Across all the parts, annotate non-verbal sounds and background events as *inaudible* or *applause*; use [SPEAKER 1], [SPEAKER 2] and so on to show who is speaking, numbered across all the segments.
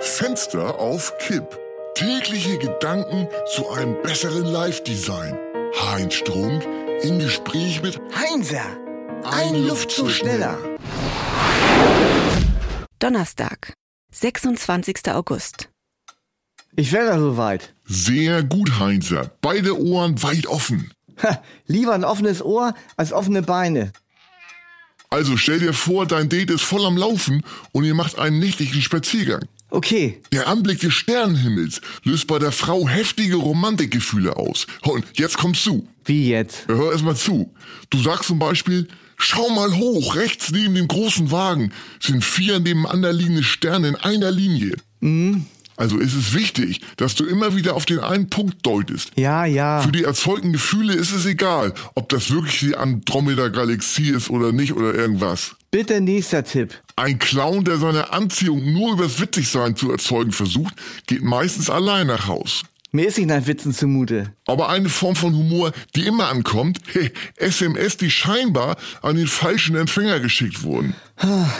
[SPEAKER 1] Fenster auf Kipp. Tägliche Gedanken zu einem besseren Live-Design. Heinz Strunk im Gespräch mit
[SPEAKER 2] Heinzer, ein, Luftzug schneller.
[SPEAKER 3] Donnerstag, 26. August.
[SPEAKER 2] Ich wäre da soweit.
[SPEAKER 1] Sehr gut, Heinzer. Beide Ohren weit offen.
[SPEAKER 2] Ha, lieber ein offenes Ohr als offene Beine.
[SPEAKER 1] Also stell dir vor, dein Date ist voll am Laufen und ihr macht einen nächtlichen Spaziergang.
[SPEAKER 2] Okay,
[SPEAKER 1] Der Anblick des Sternenhimmels löst bei der Frau heftige Romantikgefühle aus. Und jetzt kommst du.
[SPEAKER 2] wie jetzt?
[SPEAKER 1] Hör erst mal zu. Du sagst zum Beispiel, schau mal hoch, rechts neben dem großen Wagen sind vier nebeneinander liegende Sterne in einer Linie. Also ist es wichtig, dass du immer wieder auf den einen Punkt deutest.
[SPEAKER 2] Ja, ja.
[SPEAKER 1] Für die erzeugten Gefühle ist es egal, ob das wirklich die Andromeda-Galaxie ist oder nicht oder irgendwas.
[SPEAKER 2] Bitte nächster Tipp.
[SPEAKER 1] Ein Clown, der seine Anziehung nur übers Witzigsein zu erzeugen versucht, geht meistens allein nach Haus.
[SPEAKER 2] Mir ist nicht nach Witzen zumute.
[SPEAKER 1] Aber eine Form von Humor, die immer ankommt, *laughs* SMS, die scheinbar an den falschen Empfänger geschickt wurden.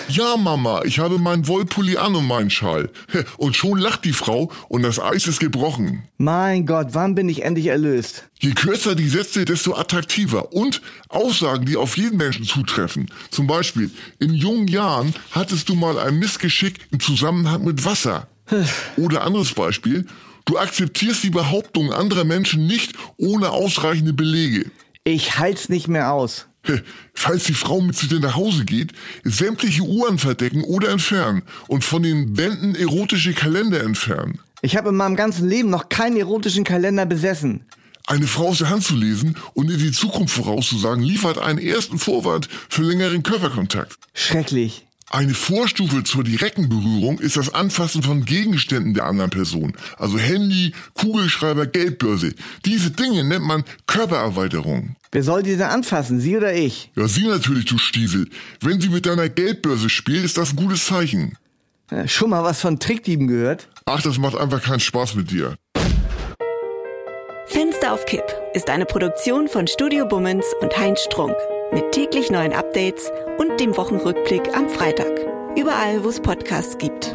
[SPEAKER 1] Ja, Mama, ich habe meinen Wollpulli an und meinen Schal. *laughs* Und schon lacht die Frau und das Eis ist gebrochen.
[SPEAKER 2] Mein Gott, wann bin ich endlich erlöst?
[SPEAKER 1] Je kürzer die Sätze, desto attraktiver. Und Aussagen, die auf jeden Menschen zutreffen. Zum Beispiel, in jungen Jahren hattest du mal ein Missgeschick im Zusammenhang mit Wasser. Oder anderes Beispiel, du akzeptierst die Behauptungen anderer Menschen nicht ohne ausreichende Belege.
[SPEAKER 2] Ich halt's nicht mehr aus.
[SPEAKER 1] Falls die Frau mit zu dir nach Hause geht, sämtliche Uhren verdecken oder entfernen und von den Wänden erotische Kalender entfernen.
[SPEAKER 2] Ich habe in meinem ganzen Leben noch keinen erotischen Kalender besessen.
[SPEAKER 1] Eine Frau aus der Hand zu lesen und ihr die Zukunft vorauszusagen, liefert einen ersten Vorwand für längeren Körperkontakt.
[SPEAKER 2] Schrecklich.
[SPEAKER 1] Eine Vorstufe zur direkten Berührung ist das Anfassen von Gegenständen der anderen Person. Also Handy, Kugelschreiber, Geldbörse. Diese Dinge nennt man Körpererweiterung.
[SPEAKER 2] Wer soll die denn anfassen, sie oder ich?
[SPEAKER 1] Ja, sie natürlich, du Stiesel. Wenn sie mit deiner Geldbörse spielt, ist das ein gutes Zeichen.
[SPEAKER 2] Äh, Schon mal was von Trickdieben gehört?
[SPEAKER 1] Ach, das macht einfach keinen Spaß mit dir.
[SPEAKER 3] Fenster auf Kipp ist eine Produktion von Studio Bummens und Heinz Strunk. Mit täglich neuen Updates und dem Wochenrückblick am Freitag. Überall, wo es Podcasts gibt.